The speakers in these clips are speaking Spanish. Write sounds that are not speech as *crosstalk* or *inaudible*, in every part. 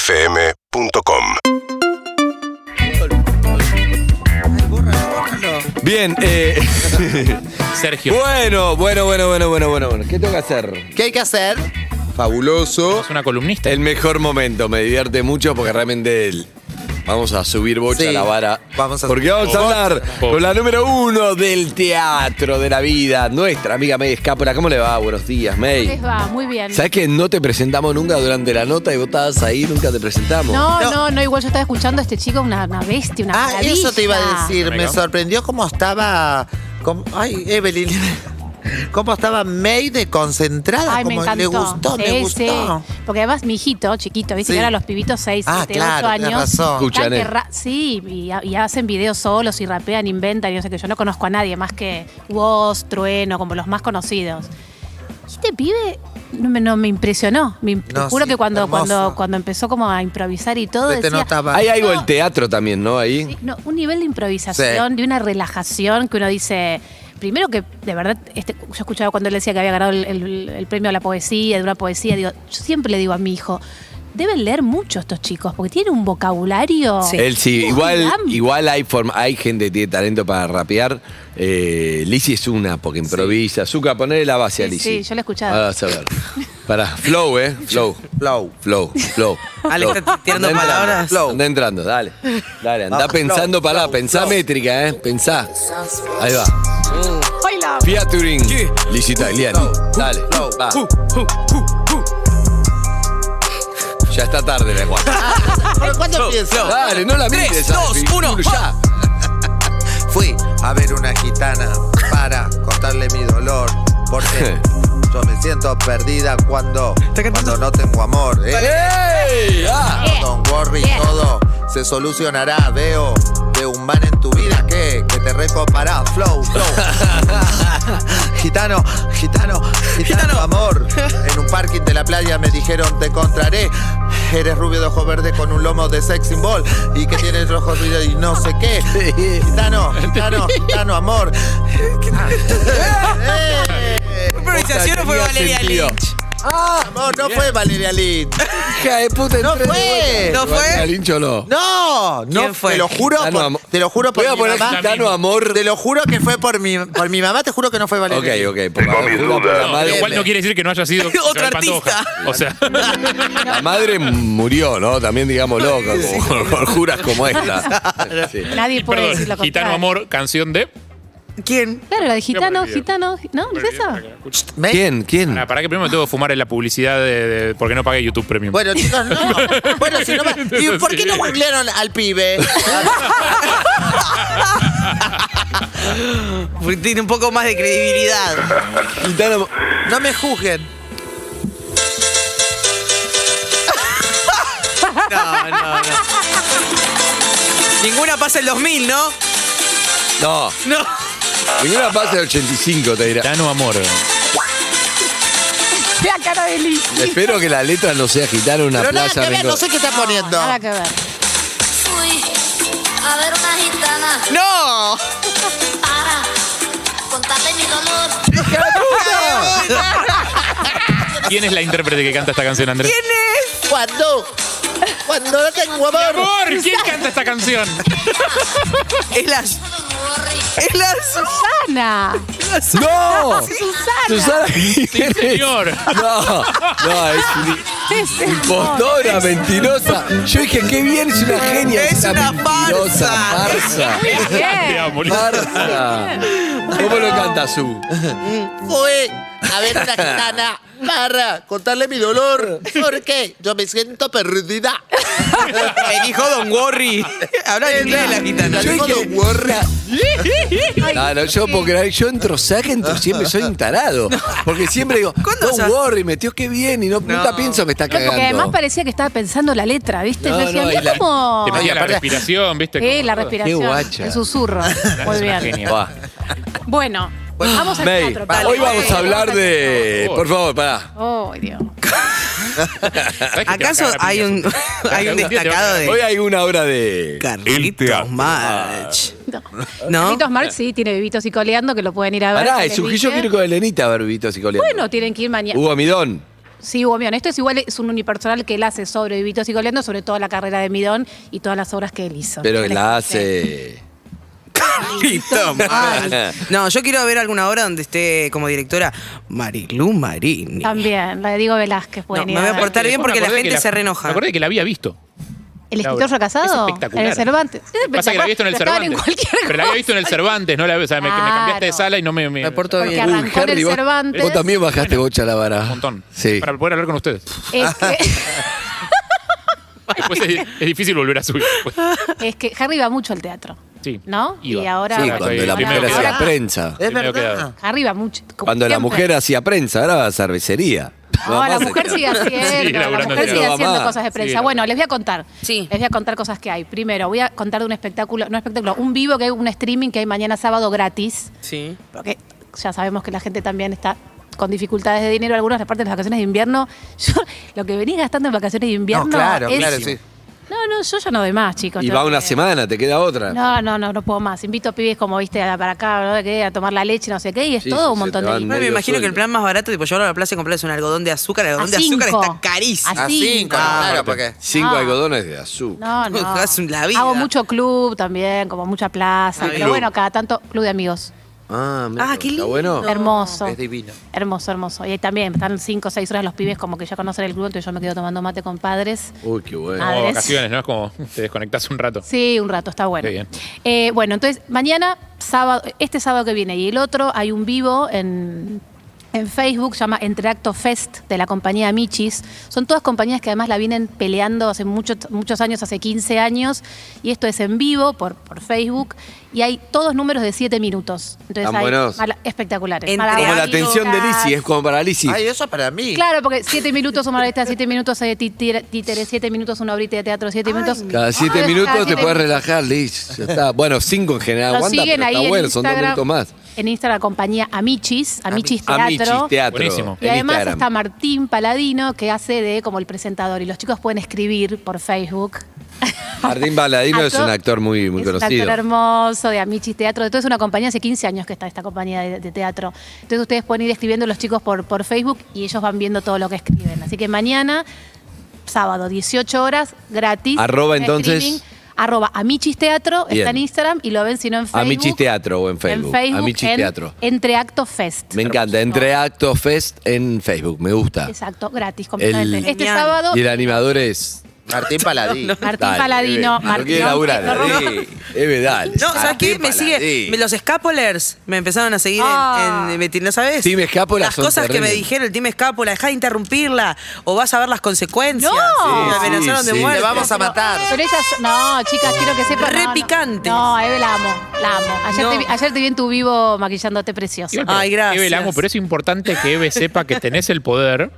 UrbanaPlayFM.com Bien, eh, Sergio. bueno, bueno, bueno, bueno, bueno, bueno, bueno. ¿Qué tengo que hacer? ¿Qué hay que hacer? Fabuloso. Es una columnista. El mejor momento, me divierte mucho porque realmente el- vamos a subir bocha Sí, a la vara. vamos a porque subir vamos a hablar Bocha. con la número uno del teatro, de la vida, nuestra amiga May Escápola. ¿Cómo le va? Buenos días, May. Les va, muy bien. ¿Sabes que no te presentamos nunca durante la nota y vos estabas ahí, nunca te presentamos? No, No. no, no, igual yo estaba escuchando a este chico, una, una bestia, una Ah, maravilla. eso te iba a decir. Me Venga. sorprendió cómo estaba. cómo- ay, Evelyn. *laughs* Cómo estaba May de concentrada. Ay, me Ah, como encantó. Le gustó, sí, me gustó. sí. Porque además mi hijito, chiquito, viste Sí. que ahora los pibitos 6, Ah, 7, claro, 8 tenés años. razón. Escuchan, tan que eh. ra- sí, y, y hacen videos solos y rapean, inventan y no sé qué. Yo no conozco a nadie más que vos, Trueno, como los más conocidos. Y Este pibe no me, no me impresionó. Me imp- No, juro sí, que cuando, hermoso. Este cuando, cuando empezó como a improvisar y todo, Se te decía, notaba. Hay algo No. del teatro también, ¿no? Ahí. Sí, no, un nivel de improvisación, de una relajación que uno dice. Primero que, de verdad, este, yo escuchaba cuando él decía que había ganado el, el- el premio a la poesía, de una poesía, digo, yo siempre le digo a mi hijo, deben leer mucho estos chicos, porque tienen un vocabulario. Sí. Él sí, muy igual, amplio. igual hay, forma, hay gente que tiene talento para rapear. Eh, Lizzy es una, porque improvisa. Zuka, ponele la base a Sí, Lizzy. sí, yo la he escuchado. Ahora vas a ver. Para, flow, ¿eh? Flow. Flow. Ah, Flow, flow. Ale, flow. está tirando Anda entrando, palabras. Flow. Anda entrando, dale. Dale, anda Vamos, pensando, flow, pará, flow, pensá flow. métrica, ¿eh? Pensá. Ahí va. Featuring Lizzy Tagliani. Dale, va. Ya está tarde la guata. ¿Pero ¿Cuándo empieza? Dale, no la mires. Tres, a la dos, fi- uno, ya. Fui a ver una gitana para contarle mi dolor. Porque yo me siento perdida cuando, cuando no tengo amor. ¿eh? ¡Ey! ¡Ah! Don Worry, Bien. todo se solucionará. Veo de un man en tu vida que, que te recopará. Flow, flow. gitano, gitano, gitano, amor. En un parking de la playa me dijeron te encontraré. Eres rubio de ojo verde con un lomo de sex symbol y que tienes ojos de y no sé qué. Gitano, gitano, gitano, amor. *laughs* Eh, eh, ¿Improvisación o fue Tenía Valeria sentido. Lynch? Amor, no fue Valeria Lynch. Hija de puta, No entré de fue. vuelta. ¿No fue? ¿Valeria Lynch o no? No, no ¿Quién fue? Te lo juro, Gitano por- Amor. te lo juro por Voy a mi poner mamá. Gitano Amor. Te lo juro que fue por mi, por mi mamá, te juro que no fue Ok, Valeria. ok. por Tengo la- mis por la- por dudas. La No, lo madre, cual no quiere decir que no haya sido *laughs* Otro Isabel Pantoja. artista. O sea, la madre murió, ¿no? También digámoslo, con, con- con juras como *laughs* esta. Sí. Nadie y puede perdón, decir lo Gitano contrario. Amor, canción de. ¿Quién? Claro, la de gitano, Voy a gitano, ¿no? ¿No es esa? Me- ¿Quién? ¿Quién? Para, para que primero me tengo que fumar en la publicidad de, de- porque no pagué YouTube Premium. Bueno, chicos, no. Bueno, si no va- ¿Y por qué no googlearon al pibe? Porque Tiene un poco más de credibilidad. Gitano- No me juzguen. *laughs* No, no, no. Ninguna pasa el 2000, ¿no? No, No. ninguna pasa del 85, te dirá. Gitano Amor. La cara de Liz. Espero que la letra no sea gitano en una Pero nada plaza. que ver, Rincón. no sé qué está poniendo. Nada que ver. Fui a ver una gitana ¡No! para contarle mi dolor. ¿Quién es la intérprete que canta esta canción, Andrés? ¿Quién es? Cuando, cuando no tengo amor. ¡Amor! ¿Quién canta esta *laughs* canción? Es la. Es la. Susana. ¡No! Susana. Susana Jiménez. señor. No, no, es un *laughs* Es hermoso. impostora, mentirosa. Yo dije, qué bien, es una genia. Es una mentirosa, farsa. Muy Te bien. amo, Liz. Farsa. ¿Cómo lo canta su? Fui a ver una gitana para contarle mi dolor. Porque yo me siento perdida. El hijo Don Worry. Habla en inglés la gitana. Yo dije, no, no, yo puedo creer, yo entro saca, entro siempre, soy un tarado. Porque siempre digo, ¿Cuándo no sa- worry, metió qué bien y no, nunca pienso me está No, cagando. porque además parecía que estaba pensando la letra, ¿viste? No, Yo decía, no, y mira la- cómo. Te metía Ay, la aparte- respiración, ¿viste? Eh, Como- la respiración. Qué guacha. *laughs* El susurro. Muy Es una bien. genia. Buah. Bueno, vamos al May, teatro. Pablo. hoy vamos a hablar de. Por Por favor, favor. pará. Oh, *laughs* Dios. ¿Sabes que te ¿Acaso vas a cagar a *laughs* hay un, piñas? hay un Algún día te vas a destacado cagar. Hoy de hay una hora de. Carlitos March? No. ¿No? Carlitos Marx sí tiene bebitos y coleando que lo pueden ir a ver. Pará, ya es les un que yo dije. quiero ir con Elenita a ver Bebitos y Coleando. Bueno, tienen que ir mañana. Hugo Midón. Sí, Hugo Mion. Esto es igual, es un unipersonal que él hace sobre Vivitos y Coleando, sobre toda la carrera de Midón y todas las obras que él hizo. Pero que Que les la conté. hace. Listo, mal. No, yo quiero ver alguna obra donde esté como directora Marilu Marini. También, la de Diego Velázquez. pues, No, pueden me ir a voy a ver. portar bien porque la Acordé que gente se reenoja. Me acordé que la había visto. ¿El la escritor obra. fracasado? Es espectacular. En el Cervantes. Es Pasa que la había visto en el espectacular, Cervantes. estaban en cualquier pero la había visto en el cosa. Cervantes, no la o sea, me, me cambiaste de Claro. sala y no me. me- Me porto Porque bien. arrancó en el vos, Cervantes. vos también bajaste bocha la vara. un montón. Sí. Para poder hablar con *laughs* ustedes. Es que, *laughs* Después es, es difícil volver a subir. después. es que Harry iba mucho al teatro. Sí. ¿No? Iba. Y ahora. Sí, Ahora cuando soy la el mujer primero que hacía va. prensa. Es Primero verdad. quedado. Harry iba mucho. como Cuando la siempre. mujer hacía prensa, ahora va cervecería. No, Va la más mujer cerca. sigue haciendo, la laburando mujer en sigue teatro. haciendo Mamá. cosas de prensa. Sí, bueno, les voy a contar. Sí. Les voy a contar cosas que hay. Primero, voy a contar de un espectáculo, no espectáculo, un vivo que hay, un streaming que hay mañana sábado gratis, Sí. porque ya sabemos que la gente también está con dificultades de dinero, algunas aparte de las vacaciones de invierno. *laughs* Yo, lo que venís gastando en vacaciones de invierno No, claro, es- claro, sí. No, no, yo ya no doy más, chicos. Y Tengo va una que- semana, te queda otra. No, no, no, no puedo más. Invito a pibes como viste a- para acá, ¿no? Que a tomar la leche, no sé qué, y es Sí, todo un se montón te de van dinero. No, me Medio imagino que sueldo. el plan más barato es tipo llevarlo a la plaza y comprarles un algodón de azúcar. El A algodón de azúcar cinco. está carísimo. Ah, A A Ah, cinco, cinco. claro, porque. Cinco No. algodones de azúcar. No, *laughs* no. Haz Pues, la vida. Hago mucho club también, como mucha plaza. Ah, pero club. bueno, cada tanto club de amigos. Ah, mira, Ah, qué ¿Está lindo. bueno? hermoso. Es divino. Hermoso, hermoso. Y ahí también están cinco o seis horas los pibes como que ya conocen el club, entonces yo me quedo tomando mate con padres. Uy, qué bueno. Ah, Madres. Como vacaciones, ¿no? Es como te desconectás un rato. Sí, un rato, está bueno. Qué bien. Eh, bueno, entonces mañana, sábado, este sábado que viene y el otro, hay un vivo en, en Facebook, se llama Entreacto Fest, de la compañía Michis. Son todas compañías que además la vienen peleando hace muchos, muchos años, hace 15 años, y esto es en vivo por, por Facebook, y hay todos números de 7 minutos. Entonces Están hay buenos. mala- espectaculares. Entre Como la Maravillas. atención de Lizzie, es como para Lizzie. Ay, eso para mí. Claro, porque siete minutos una orquesta, siete minutos eh, títere- títeres, siete minutos una horita de teatro, siete minutos. Cada siete Entonces, minutos Ah, cada te siete puedes minutos. relajar, Liz. Ya está. Bueno, cinco en general Lo aguanta, siguen pero ahí está en bueno, son dos Instagram. minutos más. En Instagram la compañía Amichis, Amichis Amichis Teatro. Teatro. Buenísimo. Y en además Instagram. está Martín Paladino, que hace de como el presentador. Y los chicos pueden escribir por Facebook. Martín Baladino es Actor- un actor muy, muy es un conocido. actor hermoso de Amichis Teatro. De todo es una compañía, hace 15 años que está esta compañía de, de teatro. Entonces ustedes pueden ir escribiendo los chicos por, por Facebook y ellos van viendo todo lo que escriben. Así que mañana, sábado, 18 horas, gratis. Arroba, en entonces. streaming, Arroba Amichis Teatro, Bien. está en Instagram y lo ven si no en Facebook. Amichis Teatro o en Facebook. En Facebook, Amichis en Teatro. Entre Acto Fest. Me encanta. Entre Acto Fest en Facebook, me gusta. Exacto, gratis, completamente. El- este Genial. sábado, Y el animador es. Martín Paladín. Martín Dale, Paladino. Eve, No Martín, quiere laburar. no rompa- Eve, Eve, dale. No, ¿sabes qué? Martín Me sigue. Paladín. me- Los Scapolers me empezaron a seguir en- Ah. en, en- ¿No sabes? Team Escápola Las son cosas que me terribles. dijeron, el Team Escápola, deja de interrumpirla o vas a ver las consecuencias. No. Sí, me amenazaron sí, de sí. muerte. Te vamos a matar. Pero ellas, no, chicas, quiero que sepan. Re no, no. picantes. No, a Eve la amo, la amo. Ayer, No. Ah. te, vi- ayer te vi en tu vivo maquillándote preciosa. Igual, pero Ay, gracias. Eve la amo, pero es importante que Eve sepa que tenés el poder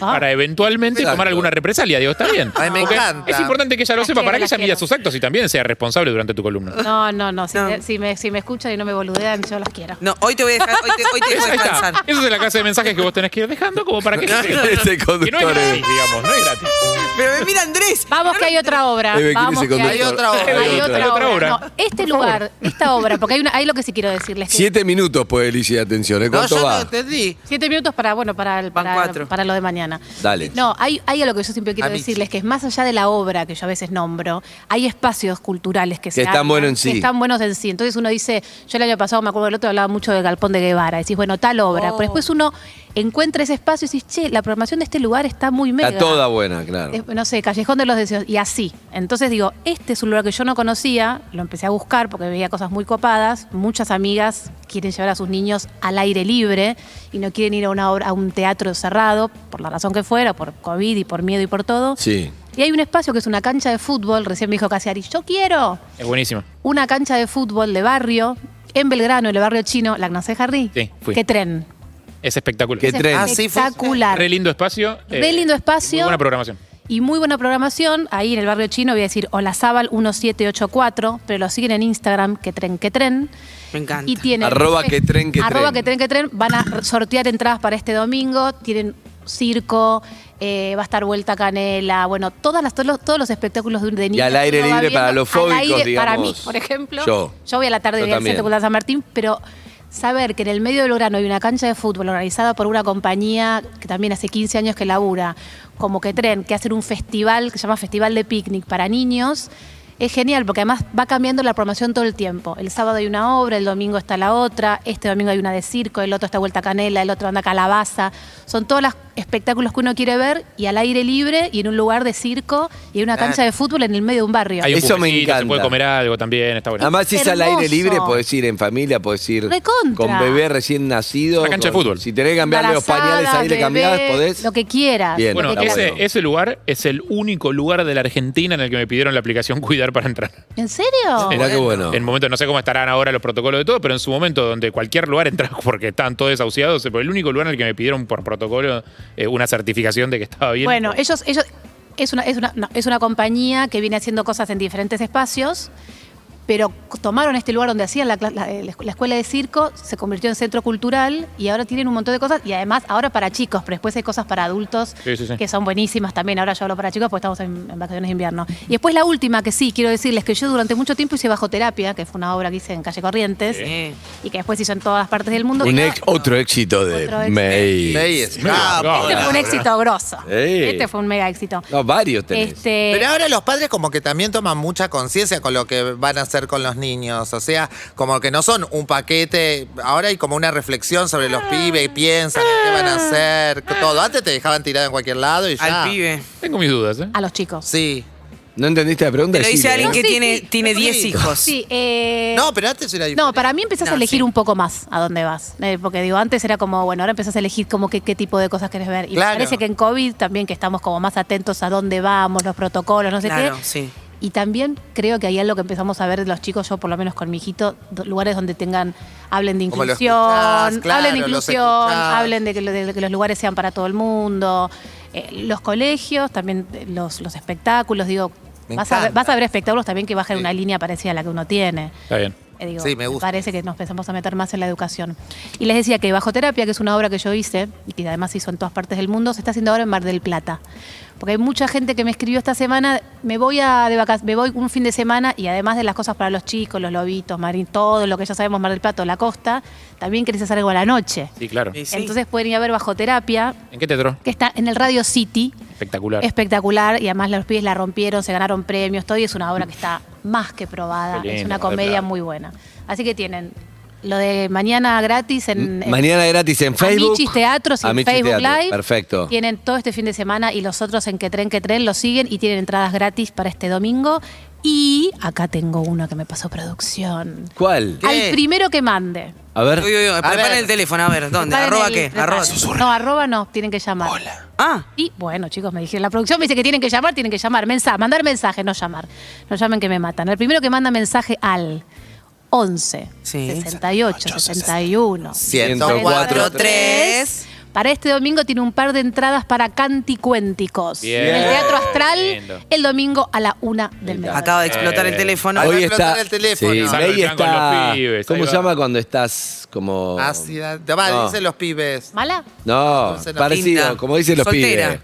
Ah. para eventualmente Exacto. tomar alguna represalia. Digo, está bien. Ay, me Porque encanta. Es importante que ella lo Las sepa quiero, para que las ella mida quiero. sus actos y también sea responsable durante tu columna. No, no, no. Si, No. te- si me, si me escuchan y no me boludean, yo los quiero. No, hoy te voy a dejar, hoy te, hoy te dejo Ahí está. descansar. Eso es la clase de mensajes que vos tenés que ir dejando como *laughs* para *laughs* que... Ese que no Este es conductor gratis, es. digamos, no es gratis. Pero me mira Andrés. Vamos que hay otra obra. Eve, ¿quién Vamos es el que hay, conductor? otra obra. Hay otra obra. obra. No, este lugar, esta obra, porque hay, una, hay lo que sí quiero *laughs* decirles. que- Siete minutos, pues, Licia, atención. ¿eh? No, ¿Cuánto yo no va? entendí. Siete minutos para, bueno, para, el- Van para, cuatro. para lo de mañana. Dale. No, hay, hay algo que yo siempre quiero Amici. decirles, que es más allá de la obra que yo a veces nombro, hay espacios culturales que, se están arman, buenos en sí. Que están buenos en sí. Entonces uno dice, yo el año pasado me acuerdo del otro hablaba mucho del Galpón de Guevara. Decís, bueno, tal obra. Oh. Pero después uno encuentra ese espacio y decís, che, la programación de este lugar está muy mega. Está toda buena, claro. Es- no sé, Callejón de los Deseos, y así. Entonces digo, este es un lugar que yo no conocía, lo empecé a buscar porque veía cosas muy copadas. Muchas amigas quieren llevar a sus niños al aire libre y no quieren ir a, una obra- a un teatro cerrado, por la razón que fuera, por COVID y por miedo y por todo. Sí. Y hay un espacio que es una cancha de fútbol, recién me dijo Casiari, yo quiero Es buenísimo. una cancha de fútbol de barrio en Belgrano, en el barrio chino, la Gnacé Jardí. Sí, fui. ¿Qué tren? Es espectacular. ¿Qué Es tren? Ah, sí, fue- Espectacular. Re lindo espacio. eh, Re lindo espacio. muy buena programación. y muy buena programación. Ahí en el barrio chino voy a decir Olazábal 1784, pero lo siguen en Instagram, que tren, que tren. Me encanta. Y tienen. Arroba que tren, que Arroba tren. que tren, que tren. Van a sortear entradas para este domingo. Tienen circo, eh, va a estar vuelta canela, bueno, todas las, todos, los, todos los espectáculos de, de niños. al aire que uno va libre para viendo. los Al fóbicos, aire Para mí, digamos. por ejemplo. Yo. voy a la tarde Yo voy al también. Centro Cultural San Martín, pero saber que en el medio del verano hay una cancha de fútbol organizada por una compañía que también hace 15 años que labura, como que tren, que hacen un festival que se llama Festival de Picnic para niños. Es genial porque además va cambiando la programación todo el tiempo. El sábado hay una obra, el domingo está la otra, este domingo hay una de circo, el otro está vuelta a canela, el otro anda calabaza. Son todos los espectáculos que uno quiere ver y al aire libre y en un lugar de circo Ah. y en una Claro. cancha de fútbol en el medio de un barrio. Hay un Eso me pubecito, encanta. Se puede comer algo también, está bueno. Además, si es al Hermoso. aire libre, podés ir en familia, podés ir Recontra. con bebé recién nacido. Una cancha de con- fútbol. Si tenés que cambiarle los pañales, Embarazadas, ahí le bebé, cambiás, podés. Lo que quieras. Bien, Bueno, Lo que está ese, quieras. bueno. ese lugar es el único lugar de la Argentina en el que me pidieron la aplicación Cuidar para entrar. ¿En serio? Mirá qué bueno. En momento, no sé cómo estarán ahora los protocolos de todo, pero en su momento, donde cualquier lugar entra *laughs* porque estaban todos desahuciados, pero el único lugar en el que me pidieron por protocolo eh, una certificación de que estaba bien. Bueno, ellos, ellos es, una, es, una, no, es una compañía que viene haciendo cosas en diferentes espacios, pero c- tomaron este lugar donde hacían la, cla- la- eh, la escuela de circo, se convirtió en centro cultural y ahora tienen un montón de cosas y además ahora para chicos, pero después hay cosas para adultos Sí, sí, sí. que son buenísimas también. Ahora yo hablo para chicos porque estamos en, en vacaciones de invierno. Y después la última que sí, quiero decirles que yo durante mucho tiempo hice bajo terapia, que fue una obra que hice en Calle Corrientes Sí. y que después hizo en todas las partes del mundo. Un Y- ex- otro éxito de Otro éxito. May. Ahí es, Mira, capo. Este fue un éxito grosso. Eh. Este fue un mega éxito. No, varios tenés. Este, Pero ahora los padres como que también toman mucha conciencia con lo que van a hacer con los niños, o sea, como que no son un paquete, ahora hay como una reflexión sobre los pibes, piensan qué van a hacer, todo. Antes te dejaban tirado en cualquier lado y ya. Al pibe. Tengo mis dudas, ¿eh? a los chicos. Sí. ¿No entendiste la pregunta? Te lo dice Decile, alguien No, ¿eh? que sí, tiene, sí. tiene 10 hijos. Sí, eh, No, pero antes era no, diferente. para mí empiezas a No, elegir sí. un poco más a dónde vas. Eh, porque digo, antes era como, bueno, ahora empezás a elegir como qué, qué tipo de cosas querés ver. Y Claro. me parece que en COVID también que estamos como más atentos a dónde vamos, los protocolos, no sé Claro, qué. sí. Y también creo que ahí es lo que empezamos a ver de los chicos, yo por lo menos con mi hijito, do- lugares donde tengan, hablen de Como lo inclusión, escuchás, claro, hablen de los inclusión, escuchás. hablen de que, lo- de que los lugares sean para todo el mundo, eh, los colegios, también eh, los, los espectáculos, digo, Me vas a, ver, encanta. vas a ver espectáculos también que bajen Sí. una línea parecida a la que uno tiene. Está bien. Eh, digo, Sí, me gusta. parece que nos empezamos a meter más en la educación. Y les decía que Bajo Terapia, que es una obra que yo hice y que además se hizo en todas partes del mundo, se está haciendo ahora en Mar del Plata. Porque hay mucha gente que me escribió esta semana, me voy a de vaca- me voy un fin de semana y además de las cosas para los chicos, los lobitos, marín, todo lo que ya sabemos Mar del Plata, la costa, también querés hacer algo a la noche. Sí, claro. Y sí. Entonces pueden ir a ver Bajo Terapia, ¿En qué teatro? que está en el Radio City, Espectacular. espectacular y además los pibes la rompieron, se ganaron premios, todo y es una obra que está más que probada, Qué lindo, es una de comedia verdad. muy buena. Así que tienen lo de mañana gratis en, en Mañana gratis en Facebook. Amichis Teatros y en Amichis Facebook Teatro, Live. Perfecto. Tienen todo este fin de semana y los otros en que tren que tren lo siguen y tienen entradas gratis para este domingo. Y acá tengo una que me pasó producción. ¿Cuál? ¿Qué? Al primero que mande. A ver. Uy, uy, uy, prepara ver. el teléfono, a ver, ¿dónde? Preparen ¿Arroba el- qué? preparen. Arroba. No, arroba no, tienen que llamar. Ah, Y bueno, chicos, me dijeron, la producción me dice que tienen que llamar, tienen que llamar, mensaje, mandar mensaje, no llamar. No llamen que me matan. El primero que manda mensaje al 11 Sí. 68 61 104. 4, 3. Para este domingo tiene un par de entradas para Canticuénticos. Bien. En el Teatro Astral, Lindo. el domingo a la una del mediodía. Acaba de explotar el Eh. teléfono. Hoy- Hoy, a explotar el teléfono. Sí, Salgo el May plan con está. los pibes, ¿Cómo se ahí va. llama cuando estás como. Ah, Ácida. ah, Va, Oh. No. dicen los pibes. ¿Mala? No, Entonces no. parecido, Linda. como dicen los Soltera. pibes.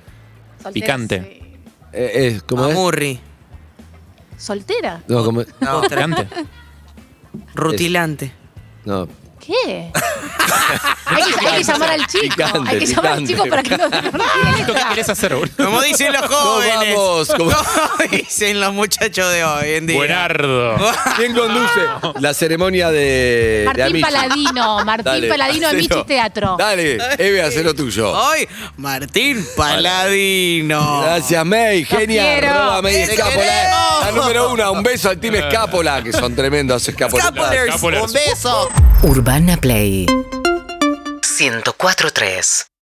Soltera, Picante. sí. Eh, eh, ¿Cómo es? Amurri. ¿Soltera? No, como. No. Picante. Rutilante. No. *laughs* ¿Qué? hay, que, hay que llamar al chico. Picante, hay que llamar picante. al Eh, chico para que no, *laughs* no tire ¿Esto qué letra. querés hacer, boludo? Como dicen los jóvenes. vamos, como- *laughs* Como dicen los muchachos de hoy en día. Buenardo. *laughs* ¿Quién conduce la ceremonia de. de Martín Amichis? *laughs* Paladino, Martín Dale, Paladino, hacelo. Amichis Teatro. Dale, Eve, hacelo tuyo. Hoy, Martín Paladino. Gracias, May, genia, quiero. arroba May Te Escapola. queremos. La número una, un beso al team Escapola, que son tremendos escapolares. Escapolers. Un beso. Urbana Play 104.3